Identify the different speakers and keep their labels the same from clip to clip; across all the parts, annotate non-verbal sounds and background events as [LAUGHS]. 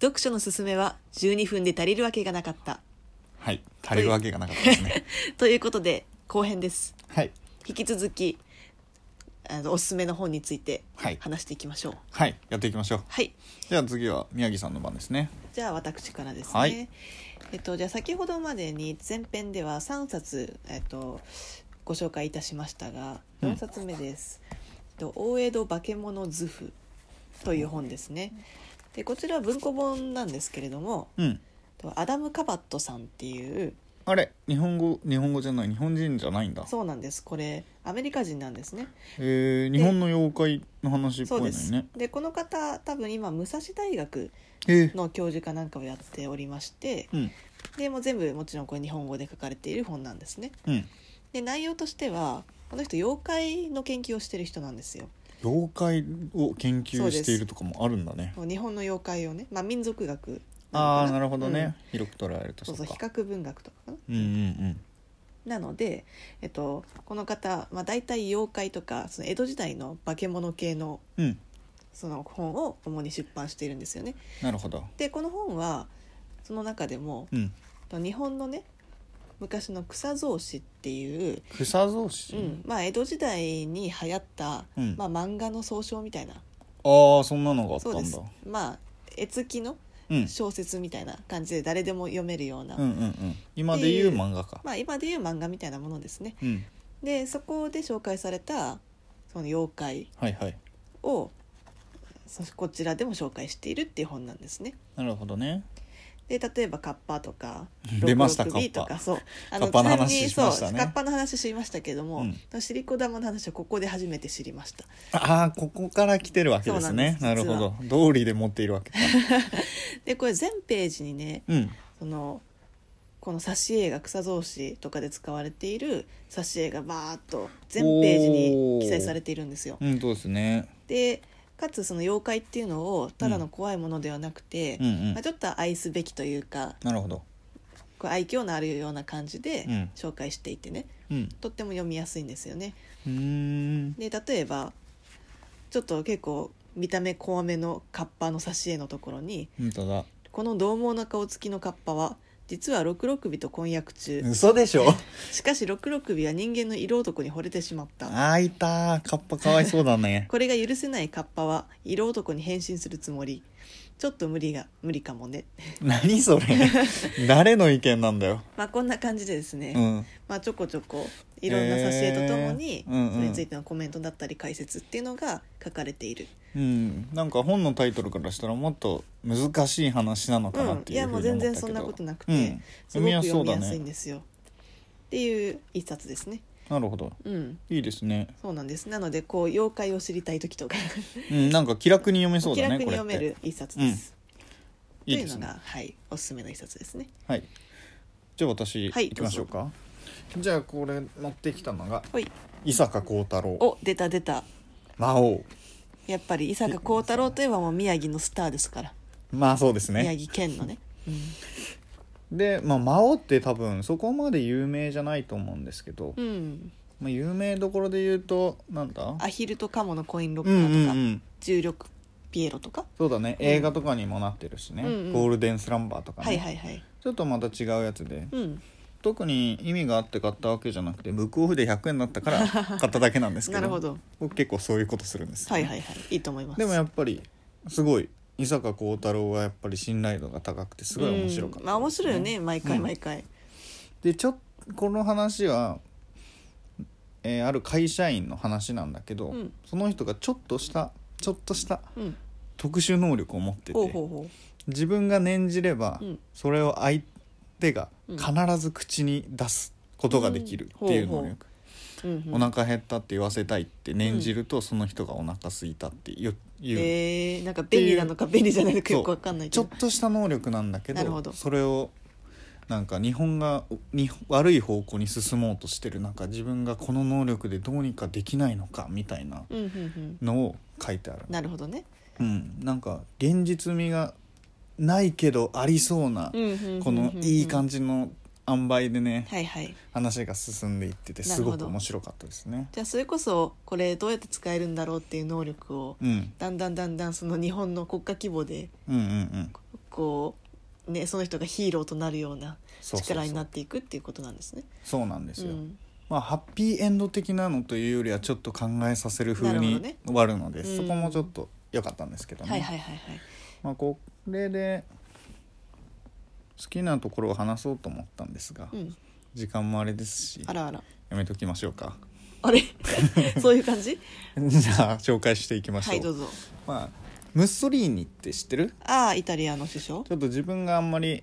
Speaker 1: 読書のすすめは12分で足りるわけがなかった。
Speaker 2: はい足りるわけがなかったですね
Speaker 1: ということで、後編です。
Speaker 2: [LAUGHS] はい
Speaker 1: 引き続き、あの、おすすめの本について
Speaker 2: はい
Speaker 1: 話していきましょう。
Speaker 2: はいやっていきましょう
Speaker 1: はい。
Speaker 2: じゃあ次は宮城さんの番ですね
Speaker 1: じゃあ私からですね、
Speaker 2: はい
Speaker 1: えっとじゃあ先ほどまでに前編では3冊えっとご紹介いたしましたが
Speaker 2: うん
Speaker 1: 4冊目です、えっと大江戸化け物図譜という本ですねでこちらは文庫本なんですけれども
Speaker 2: うん
Speaker 1: えっとアダム・カバットさんっていう
Speaker 2: あれ日本語日本語じゃない日本人じゃないんだ
Speaker 1: そうなんですこれアメリカ人なんですね
Speaker 2: えー、日本の妖怪の話っ
Speaker 1: そ
Speaker 2: ぽいうの
Speaker 1: で
Speaker 2: に
Speaker 1: す
Speaker 2: ね
Speaker 1: でこの方多分今武蔵大学
Speaker 2: えー、
Speaker 1: の教授かなんかをやっておりまして
Speaker 2: うん
Speaker 1: でもう全部もちろんこれ日本語で書かれている本なんですね
Speaker 2: うん
Speaker 1: で内容としてはこの人妖怪の研究をしてる人なんですよ
Speaker 2: 妖怪を研究しているとかもあるんだね
Speaker 1: 日本の妖怪をね、まあ、民族学の
Speaker 2: あ
Speaker 1: か
Speaker 2: あなるほどね、、広く捉えると
Speaker 1: うんそうそう比
Speaker 2: か
Speaker 1: 較文学とかかな
Speaker 2: うんうんうん
Speaker 1: なので、えっと、この方、まあ、大体妖怪とかその江戸時代の化け物系の
Speaker 2: うん
Speaker 1: その本を主に出版しているんですよね
Speaker 2: なるほど
Speaker 1: でこの本はその中でも
Speaker 2: うん
Speaker 1: 日本のね昔の草草子っていう、
Speaker 2: 草造詞、
Speaker 1: うんまあ、江戸時代に流行った、
Speaker 2: うん
Speaker 1: まあ、漫画の総称みたいな
Speaker 2: ああそんなのがあった
Speaker 1: そうん
Speaker 2: だ
Speaker 1: ですまあ絵付きの
Speaker 2: うん
Speaker 1: 小説みたいな感じで誰でも読めるような、
Speaker 2: うんうんうん今で言う漫画か、
Speaker 1: まあ、今でいう漫画みたいなものですね
Speaker 2: うん
Speaker 1: でそこで紹介されたその妖怪
Speaker 2: はいはい
Speaker 1: をそこちらでも紹介しているっていう本なんですね
Speaker 2: なるほどね
Speaker 1: で例えばカッパとか
Speaker 2: 出ました
Speaker 1: ロクロクビーと
Speaker 2: カッ
Speaker 1: か
Speaker 2: パ
Speaker 1: そう
Speaker 2: カッパの
Speaker 1: ちなみ
Speaker 2: 話
Speaker 1: に
Speaker 2: しましたね
Speaker 1: そうカッパの話しましたけども、
Speaker 2: うん
Speaker 1: そのシリコ玉の話はここで初めて知りました
Speaker 2: ああここから来てるわけですね
Speaker 1: そう
Speaker 2: な
Speaker 1: なんです
Speaker 2: るほど道理で持っているわけか
Speaker 1: でこれ全ページにね
Speaker 2: うん
Speaker 1: そのこの挿絵が草草紙とかで使われている挿絵がバーっと全ページに記載されているんですよ。
Speaker 2: うんそうですね
Speaker 1: でかつその妖怪っていうのをただの怖いものではなくて、
Speaker 2: うんうん
Speaker 1: まあ、ちょっと愛すべきというか
Speaker 2: なるほど
Speaker 1: こう愛嬌のあるような感じで
Speaker 2: うん
Speaker 1: 紹介していてね、
Speaker 2: うん
Speaker 1: とっても読みやすいんですよね。
Speaker 2: うーん
Speaker 1: で例えばちょっと結構見た目怖めのカッパの挿絵のところに
Speaker 2: 本当だ
Speaker 1: 「この獰猛な顔つきのカッパは実は六六尾と婚約中」
Speaker 2: 嘘でしょ
Speaker 1: しかし六六尾は人間の色男に惚れてしまった
Speaker 2: あーいたーカッパかわいそうだね
Speaker 1: これが許せないカッパは色男に変身するつもりちょっと無理が無理かもね、
Speaker 2: 何それ誰の意見なんだよ、
Speaker 1: まあ、こんな感じでですね、
Speaker 2: うん、
Speaker 1: まあ、ちょこちょこいろんな挿絵とともに、
Speaker 2: えーうんうん
Speaker 1: それについてのコメントだったり解説っていうのが書かれている、
Speaker 2: うん、なんか本のタイトルからしたらもっと難しい話なのかなっていうふ
Speaker 1: うんいやも
Speaker 2: う
Speaker 1: う
Speaker 2: に思った
Speaker 1: 全
Speaker 2: けど、
Speaker 1: 然そんなことなくて
Speaker 2: うん、
Speaker 1: すご
Speaker 2: 読み
Speaker 1: く
Speaker 2: やすそ
Speaker 1: 読
Speaker 2: う
Speaker 1: み
Speaker 2: だ
Speaker 1: やすいん
Speaker 2: ね
Speaker 1: ですよ、っていう一冊ですね
Speaker 2: なるほど
Speaker 1: うん
Speaker 2: いいですね、
Speaker 1: そうなんですなのでこう妖怪を知りたい時とか、
Speaker 2: うん、なんか気楽に読 [LAUGHS] めそう
Speaker 1: 気
Speaker 2: だね
Speaker 1: 楽に読め
Speaker 2: これっ
Speaker 1: る一冊です、
Speaker 2: ていい
Speaker 1: とい
Speaker 2: で
Speaker 1: う
Speaker 2: す
Speaker 1: の
Speaker 2: ね
Speaker 1: が、はい、おすすめの一冊ですね
Speaker 2: はいじゃあ私、
Speaker 1: はい
Speaker 2: 行きましょうかじゃあこれ持ってきたのが
Speaker 1: ほい
Speaker 2: 伊坂幸太郎
Speaker 1: お出た出た
Speaker 2: 魔王
Speaker 1: やっぱり伊坂幸太郎といえばもう宮城のスターですから、
Speaker 2: まあそうですね
Speaker 1: 宮城県のね、
Speaker 2: で、まあ、魔王って多分そこまで有名じゃないと思 [LAUGHS] うんですけど、
Speaker 1: うん、うん、
Speaker 2: まあ、有名どころで言うとなんだ
Speaker 1: アヒルとカモのコインロッ
Speaker 2: う
Speaker 1: カ
Speaker 2: んう
Speaker 1: ーとか、
Speaker 2: んうん
Speaker 1: 重力ピエロとか、
Speaker 2: そうだね映画とかにもなってるしね、
Speaker 1: うんうん
Speaker 2: ゴールデンスランバーとかね、
Speaker 1: はいはいはい
Speaker 2: ちょっとまた違うやつで
Speaker 1: うん
Speaker 2: 特に意味があって買ったわけじゃなくて向こうで100円だったから買っただけなんですけ
Speaker 1: [LAUGHS]
Speaker 2: ど
Speaker 1: なるほど
Speaker 2: 僕結構そういうことするんですよ
Speaker 1: はい
Speaker 2: ね、
Speaker 1: はいはいいいと思います
Speaker 2: でもやっぱりすごい伊坂幸太郎はやっぱり信頼度が高くてすごい面白かったです、
Speaker 1: うんまあ面白いよね毎回
Speaker 2: うん
Speaker 1: 毎回、
Speaker 2: でちょっこの話は、えーある会社員の話なんだけど、
Speaker 1: うん
Speaker 2: その人がちょっとしたちょっとした
Speaker 1: うん
Speaker 2: 特殊能力を持って
Speaker 1: ほう
Speaker 2: て
Speaker 1: ほうほ
Speaker 2: 自分が念じれば、
Speaker 1: うん
Speaker 2: それを相手が必ず口に出すことができるっていう能力、
Speaker 1: うんほうう、うんうん、
Speaker 2: お腹減ったって言わせたいって念じると、その人がお腹空いたって言う言う、
Speaker 1: えー、なんか便利なのか便利じゃないのかよくわかんないけ
Speaker 2: ちょ
Speaker 1: ど
Speaker 2: っとした能力なんだけ
Speaker 1: なる
Speaker 2: ど
Speaker 1: ほど
Speaker 2: それをなんか日本がに悪い方向に進もうとしてる中自分がこの能力でどうにかできないのかみたいな
Speaker 1: うんうんうん
Speaker 2: のを書いてある、
Speaker 1: なるほどね、
Speaker 2: うん、なんか現実味がないけどありそうな、
Speaker 1: うんうんうんうん、
Speaker 2: このいい
Speaker 1: じ
Speaker 2: 感じの塩梅でね、
Speaker 1: はいはい
Speaker 2: 話が進んでいってて
Speaker 1: な
Speaker 2: す
Speaker 1: るほ
Speaker 2: ご
Speaker 1: ど
Speaker 2: く面白かったですね。
Speaker 1: じゃあそれこそこれどうやって使えるんだろうっていう能力を
Speaker 2: うん、
Speaker 1: だんだんだんだんその日本の国家規模で
Speaker 2: うんうんうん
Speaker 1: こう、ね、その人がヒーローとなるような
Speaker 2: そうそう
Speaker 1: 力に
Speaker 2: そ
Speaker 1: なっ
Speaker 2: う
Speaker 1: ていくっていうことなんですね。
Speaker 2: そうなんですよ、
Speaker 1: うん
Speaker 2: まあ、ハッピーエンド的なのというよりはちょっと考えさせる風
Speaker 1: なるほ
Speaker 2: に
Speaker 1: どね
Speaker 2: 終わるので
Speaker 1: うん
Speaker 2: そこもちょっと良かったんですけどね、
Speaker 1: はいはいはいはい。
Speaker 2: まあ、これで好きなところを話そうと思ったんですが、
Speaker 1: うん、
Speaker 2: 時間もあれですし
Speaker 1: あらあら。
Speaker 2: やめときましょうか [LAUGHS]
Speaker 1: あれ [LAUGHS] そういう感じ
Speaker 2: じゃあ紹介していき [LAUGHS] ましょう,、
Speaker 1: はいどうぞ。
Speaker 2: まあ、ムッソリーニって知ってる
Speaker 1: ああイタリアの首相。
Speaker 2: ちょっと自分があんまり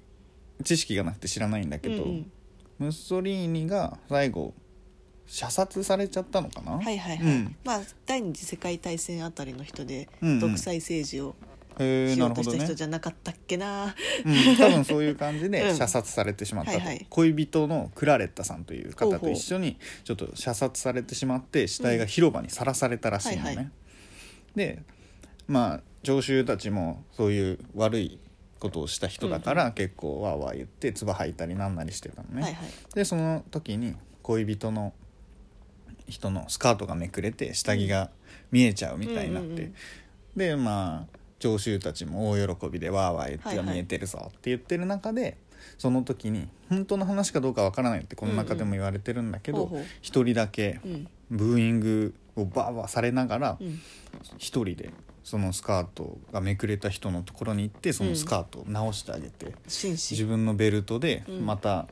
Speaker 2: 知識がなくて知らないんだけど、
Speaker 1: うん
Speaker 2: ムッソリーニが最後射殺されちゃったのかな、
Speaker 1: うん、はいはいはい。
Speaker 2: うん
Speaker 1: まあ第二次世界大戦あたりの人で
Speaker 2: うんうん
Speaker 1: 独裁政治を
Speaker 2: えー
Speaker 1: し
Speaker 2: な
Speaker 1: よ
Speaker 2: る
Speaker 1: う
Speaker 2: ほ
Speaker 1: と
Speaker 2: ど
Speaker 1: した
Speaker 2: ね
Speaker 1: 人じゃなかったっけな。
Speaker 2: うん、多分そういう感じで
Speaker 1: うん
Speaker 2: 射殺されてしまったと、
Speaker 1: はいはい
Speaker 2: 恋人のクラレッタさんという方と一緒にちょっと射殺されてしまって死体が広場にさらされたらしいのね、
Speaker 1: はいはい
Speaker 2: でまあ常習たちもそういう悪いことをした人だから結構わーわー言って唾吐いたりなんなりしてたのね、
Speaker 1: はいはい。
Speaker 2: でその時に恋人の人のスカートがめくれて下着が見えちゃうみたいになって、
Speaker 1: うんうんうん
Speaker 2: でまあ聴衆たちも大喜びでわーわー言っ
Speaker 1: は
Speaker 2: て
Speaker 1: いはい
Speaker 2: 見えてるぞって言ってる中で、その時に本当の話かどうかわからないってこの中でも言われてるんだけ
Speaker 1: うんうんほう
Speaker 2: ど
Speaker 1: ほう
Speaker 2: 一、人だけ
Speaker 1: うん
Speaker 2: ブーイングをバーバーされながら
Speaker 1: うん
Speaker 2: 一、人でそのスカートがめくれた人のところに行ってそのスカートを直してあげて。
Speaker 1: 紳士。
Speaker 2: 自分のベルトで
Speaker 1: うん
Speaker 2: また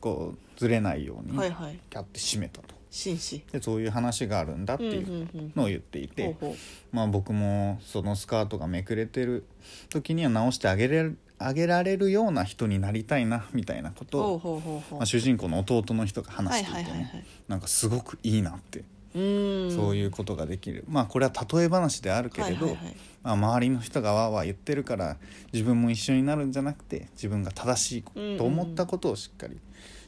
Speaker 2: こうずれないように
Speaker 1: はいはい
Speaker 2: キャッて締めたと
Speaker 1: 紳士。
Speaker 2: でそういう話があるんだってい
Speaker 1: ん
Speaker 2: う
Speaker 1: うんうん
Speaker 2: のを言っていて、
Speaker 1: ほうほ
Speaker 2: まあ、僕もそのスカートがめくれてる時には直してあげれあげられるような人になりたいなみたいなこ
Speaker 1: う
Speaker 2: と
Speaker 1: ほうほ
Speaker 2: を、
Speaker 1: うほうほう
Speaker 2: まあ、主人公の弟の人が話してい
Speaker 1: はい
Speaker 2: てね、
Speaker 1: はいはいはい
Speaker 2: なんかすごくいいなって、
Speaker 1: うーん
Speaker 2: そういうことができるまあこれは例え話であるけれど、
Speaker 1: はいはいはい
Speaker 2: まあ、周りの人がわーわー言ってるから自分も一緒になるんじゃなくて自分が正し
Speaker 1: うんうんう
Speaker 2: い
Speaker 1: ん
Speaker 2: と思ったことをしっかり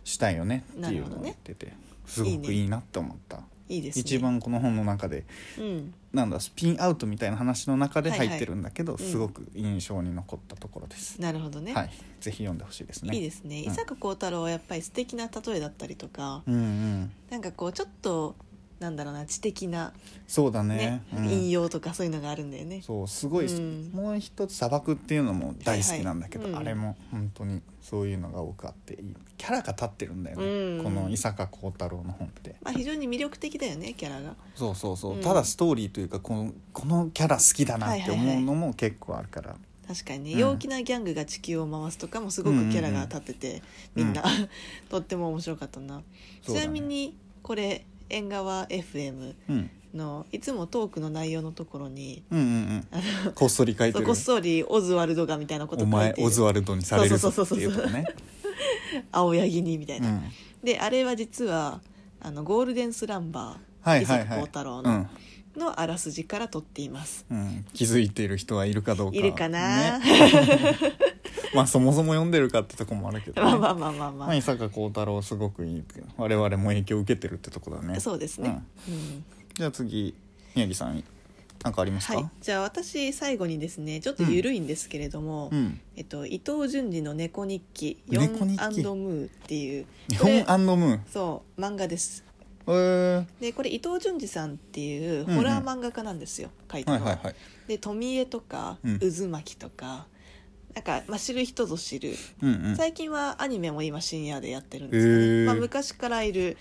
Speaker 2: したいよねっていう
Speaker 1: な
Speaker 2: の
Speaker 1: るほ
Speaker 2: を
Speaker 1: ど
Speaker 2: 言っ
Speaker 1: ね
Speaker 2: てて、すごくいいなって思った
Speaker 1: いいですね
Speaker 2: 一、番この本の中で
Speaker 1: うん、
Speaker 2: なんだスピンアウトみたいな話の中で
Speaker 1: はいはい
Speaker 2: 入ってるんだけど、
Speaker 1: ん
Speaker 2: すごく印象に残ったところです、
Speaker 1: なるほどね、
Speaker 2: はいぜひ読んでほしいですね
Speaker 1: いいですね
Speaker 2: うん
Speaker 1: 伊坂幸太郎はやっぱり素敵な例えだったりとか、
Speaker 2: うんうん
Speaker 1: なんかこうちょっとなんだろうな知的な、
Speaker 2: そうだね
Speaker 1: ね
Speaker 2: うん
Speaker 1: 引用とかそういうのがあるんだよね
Speaker 2: そうすごい、
Speaker 1: うん
Speaker 2: もう一つ砂漠っていうのも大好きなんだけど、
Speaker 1: はいはいうん
Speaker 2: あれも本当にそういうのが多くあっていいキャラが立ってるんだよね、
Speaker 1: うん
Speaker 2: この伊坂幸太郎の本って
Speaker 1: まあ、非常に魅力的だよねキャラが
Speaker 2: そうそうそう、
Speaker 1: うん
Speaker 2: ただストーリーというかこのこのキャラ好きだなって
Speaker 1: はいはい
Speaker 2: 思
Speaker 1: は
Speaker 2: う
Speaker 1: い
Speaker 2: のも結構あるから、
Speaker 1: 確かにね、
Speaker 2: うん
Speaker 1: 陽気なギャングが地球を回すとかもすごくキャラが立ってて、
Speaker 2: うんうんう
Speaker 1: みん
Speaker 2: ん
Speaker 1: な、 [LAUGHS] とっても面白かったな、
Speaker 2: そ
Speaker 1: ち
Speaker 2: うだね
Speaker 1: なみにこれ縁側 FM
Speaker 2: うん、
Speaker 1: のいつもトークの内容のところに
Speaker 2: うんうんうんこっそり書いて
Speaker 1: そう
Speaker 2: る
Speaker 1: こっそりオズワルドがみたいなこと
Speaker 2: お
Speaker 1: 書いて
Speaker 2: 前オズワルドにされるぞ
Speaker 1: そう
Speaker 2: って
Speaker 1: そう
Speaker 2: い
Speaker 1: そうう
Speaker 2: と
Speaker 1: そう
Speaker 2: こね
Speaker 1: 青柳にみたいうな、
Speaker 2: ん
Speaker 1: であれは実はあのゴールデンスランバー、
Speaker 2: はいはいはい
Speaker 1: 伊坂幸太郎
Speaker 2: う
Speaker 1: の,、
Speaker 2: ん
Speaker 1: のあらすじから撮っています
Speaker 2: うん、気づいている人はいるかどうか
Speaker 1: いるかな、
Speaker 2: ねまあそもそも読んでるかってとこもあるけど、ね、
Speaker 1: [LAUGHS] まあまあまあまあまあ、
Speaker 2: まあ、伊坂幸太郎すごくいいって我々も影響を受けてるってとこだね
Speaker 1: そうですね、うん
Speaker 2: じゃあ次宮城さん何かありますか、
Speaker 1: はいじゃあ私最後にですねちょっと緩いんですけれども、
Speaker 2: うん
Speaker 1: えっと、伊藤潤二の「猫日記「ヨン
Speaker 2: 猫日記
Speaker 1: ムー」っていう
Speaker 2: 日
Speaker 1: これ
Speaker 2: 本アンドムーン
Speaker 1: そう漫画です
Speaker 2: えー
Speaker 1: でこれ伊藤潤二さんっていう
Speaker 2: うんうん
Speaker 1: ホラー漫画家なんですよ、書いて
Speaker 2: は
Speaker 1: る
Speaker 2: い
Speaker 1: の
Speaker 2: は
Speaker 1: はい
Speaker 2: はい
Speaker 1: で富江とか、
Speaker 2: うん
Speaker 1: 渦巻とかなんか、まあ、知る人ぞ知る
Speaker 2: うんうん
Speaker 1: 最近はアニメも今深夜でやってるんです
Speaker 2: へ
Speaker 1: け
Speaker 2: ー
Speaker 1: ど、まあ、昔からいる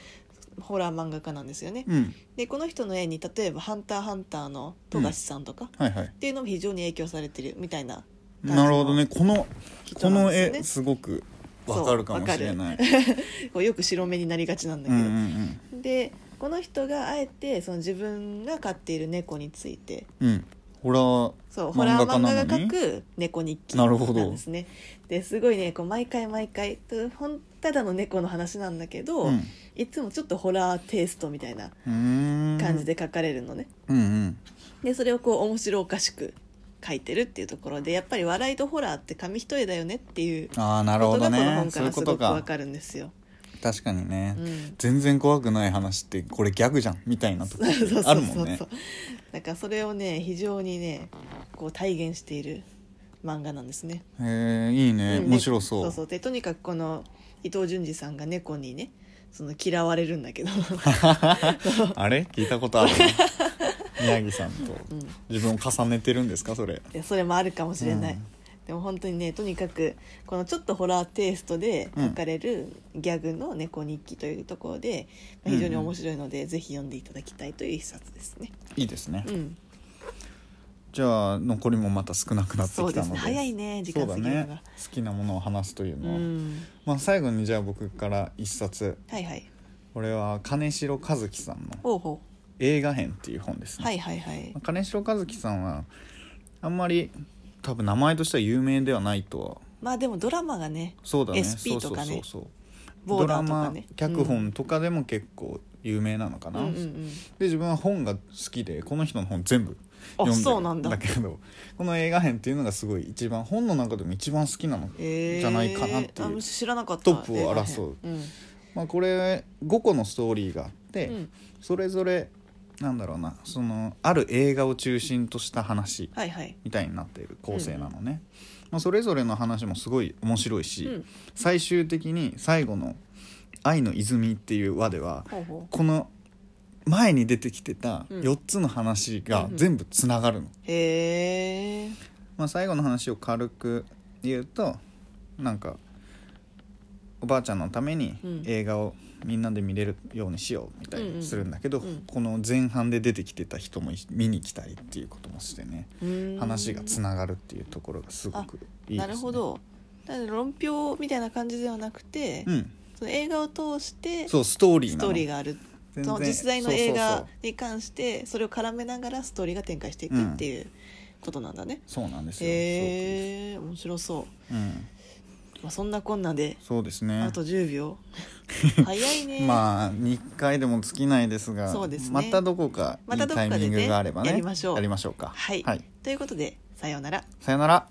Speaker 1: ホラー漫画家なんですよね
Speaker 2: うん
Speaker 1: でこの人の絵に例えば「ハンターハンター」の富樫さんとか、っ
Speaker 2: はいはい
Speaker 1: ていうのも非常に影響されてるみたいな感じの
Speaker 2: なるほどねこのこ
Speaker 1: 人なん
Speaker 2: の
Speaker 1: ですよね
Speaker 2: 絵すごくわかるかもしれない
Speaker 1: こうよく白目になりがちなんだ
Speaker 2: う
Speaker 1: け
Speaker 2: ん
Speaker 1: ど、
Speaker 2: うん
Speaker 1: でこの人があえてその自分が飼っている猫について
Speaker 2: うんうんホラー
Speaker 1: そうホ
Speaker 2: 漫
Speaker 1: ラー
Speaker 2: 画
Speaker 1: 漫
Speaker 2: 家な
Speaker 1: 画
Speaker 2: の
Speaker 1: が
Speaker 2: に
Speaker 1: 書く猫日記
Speaker 2: な
Speaker 1: な
Speaker 2: るほど
Speaker 1: んですねですごいねこう毎回毎回とほんただの猫の話なんだけど、
Speaker 2: うん
Speaker 1: いつもちょっとホラーテイストみたいな
Speaker 2: うーん
Speaker 1: 感じで書かれるのね、
Speaker 2: うんうん
Speaker 1: でそれをこう面白おかしく書いてるっていうところでやっぱり笑いとホラーって紙一重だよねっていうこ
Speaker 2: ああなるほ
Speaker 1: とが
Speaker 2: ど
Speaker 1: この
Speaker 2: ね
Speaker 1: 本か
Speaker 2: そういう
Speaker 1: らす
Speaker 2: こ
Speaker 1: ご
Speaker 2: と
Speaker 1: くわ
Speaker 2: か
Speaker 1: かるんですよ。
Speaker 2: 確かにね、
Speaker 1: うん
Speaker 2: 全然怖くない話ってこれギャグじゃんみたいなとこ
Speaker 1: そうそう
Speaker 2: あ
Speaker 1: そ
Speaker 2: る
Speaker 1: う
Speaker 2: も
Speaker 1: そ
Speaker 2: んね
Speaker 1: うだからそれをね非常にねこう体現している漫画なんですね。
Speaker 2: へえいいね、
Speaker 1: うん
Speaker 2: 面白そう
Speaker 1: そうそうでとにかくこの伊藤潤二さんが猫にねその嫌われるんだ
Speaker 2: [LAUGHS]
Speaker 1: けど、
Speaker 2: [LAUGHS] あれ聞いたことある
Speaker 1: [LAUGHS]
Speaker 2: な宮城さんと
Speaker 1: うん、い
Speaker 2: 自分を重ねてるんですかそれ
Speaker 1: やそれもあるかもしれない、
Speaker 2: うん
Speaker 1: でも本当にねとにかくこのちょっとホラーテイストで書かれるギャグの「猫日記」というところで、まあ非常に面白いので、ぜひ読んでいただきたいという一冊ですね。
Speaker 2: いいですね、
Speaker 1: うん、
Speaker 2: じゃあ残りもまた少なくなってきた
Speaker 1: そ
Speaker 2: の
Speaker 1: う
Speaker 2: で
Speaker 1: ですね早いね時
Speaker 2: そう
Speaker 1: 間
Speaker 2: だ
Speaker 1: 過ぎるの
Speaker 2: ね
Speaker 1: が。
Speaker 2: 好きなものを話すという
Speaker 1: う
Speaker 2: のは、
Speaker 1: ん、
Speaker 2: まあ、最後にじゃあ僕から一冊
Speaker 1: はいはい
Speaker 2: これは金城和樹さんの
Speaker 1: ほうほ
Speaker 2: 「映画編」っていう本で
Speaker 1: う
Speaker 2: すね、
Speaker 1: はいはいはい
Speaker 2: まあ金城和樹さんはあんまり多分名前としては有名ではないとは
Speaker 1: まあでもドラマがね
Speaker 2: そうだね
Speaker 1: SP
Speaker 2: そ
Speaker 1: と
Speaker 2: う
Speaker 1: かね
Speaker 2: そうそうそう
Speaker 1: ボ
Speaker 2: ド
Speaker 1: ーダ
Speaker 2: ラ
Speaker 1: ーとか
Speaker 2: マ
Speaker 1: ね
Speaker 2: 脚本とかでも結構有名なのか
Speaker 1: う
Speaker 2: な、
Speaker 1: んうんうん
Speaker 2: で自分は本が好きでこの人の本全部
Speaker 1: うん、あ
Speaker 2: 読んで
Speaker 1: そう
Speaker 2: る
Speaker 1: なん
Speaker 2: ん
Speaker 1: だ
Speaker 2: だけどこの映画編っていうのがすごい一番本の中でも一番好きなの、
Speaker 1: えー
Speaker 2: じゃないかなっていう
Speaker 1: あむしろ知らなかった
Speaker 2: トップを争う
Speaker 1: 映画編
Speaker 2: まあ、これ5個のストーリーがあって、
Speaker 1: うん、うん、
Speaker 2: それぞれなんだろうなそのある映画を中心とした話
Speaker 1: はいはい
Speaker 2: みたいになっている構成なのね、まあ、それぞれの話もすごい面白いし、最終的に最後の「愛の泉」っていう輪では
Speaker 1: ほうほう
Speaker 2: この前に出てきてた
Speaker 1: うん
Speaker 2: 4つの話が
Speaker 1: うん
Speaker 2: 全部つながるの、
Speaker 1: へえ
Speaker 2: まあ、最後の話を軽く言うとなんかおばあちゃんのために
Speaker 1: うん
Speaker 2: 映画をみんなで見れるようにしようみたい
Speaker 1: うんうん
Speaker 2: にするんだけど、
Speaker 1: うん
Speaker 2: この前半で出てきてた人も見に来たりっていうこともしてね話がつながるっていうところがすごくいいです、ね、
Speaker 1: なるほどだから論評みたいな感じではなくて、
Speaker 2: うん、
Speaker 1: その映画を通して
Speaker 2: そうストーリー
Speaker 1: ス
Speaker 2: なの
Speaker 1: トーリーがある
Speaker 2: 全
Speaker 1: その
Speaker 2: 然
Speaker 1: 実際の映
Speaker 2: そうそう
Speaker 1: 画に関してそれを絡めながらストーリーが展開していくっていうことなんだね、
Speaker 2: そうそうなんですよ、
Speaker 1: へえ面白そう、
Speaker 2: そううん、
Speaker 1: まあ、そんなこんなで
Speaker 2: そうですね
Speaker 1: あと10秒
Speaker 2: [LAUGHS]
Speaker 1: 早いね
Speaker 2: まあ2回でも尽きないですが
Speaker 1: そうですね
Speaker 2: またどこかい
Speaker 1: また
Speaker 2: い
Speaker 1: どこか
Speaker 2: タ
Speaker 1: で
Speaker 2: イ
Speaker 1: ね
Speaker 2: ミングがあればね,、
Speaker 1: やりましょう
Speaker 2: やりましょうか
Speaker 1: はい、
Speaker 2: はい、
Speaker 1: ということでさようなら
Speaker 2: さよなら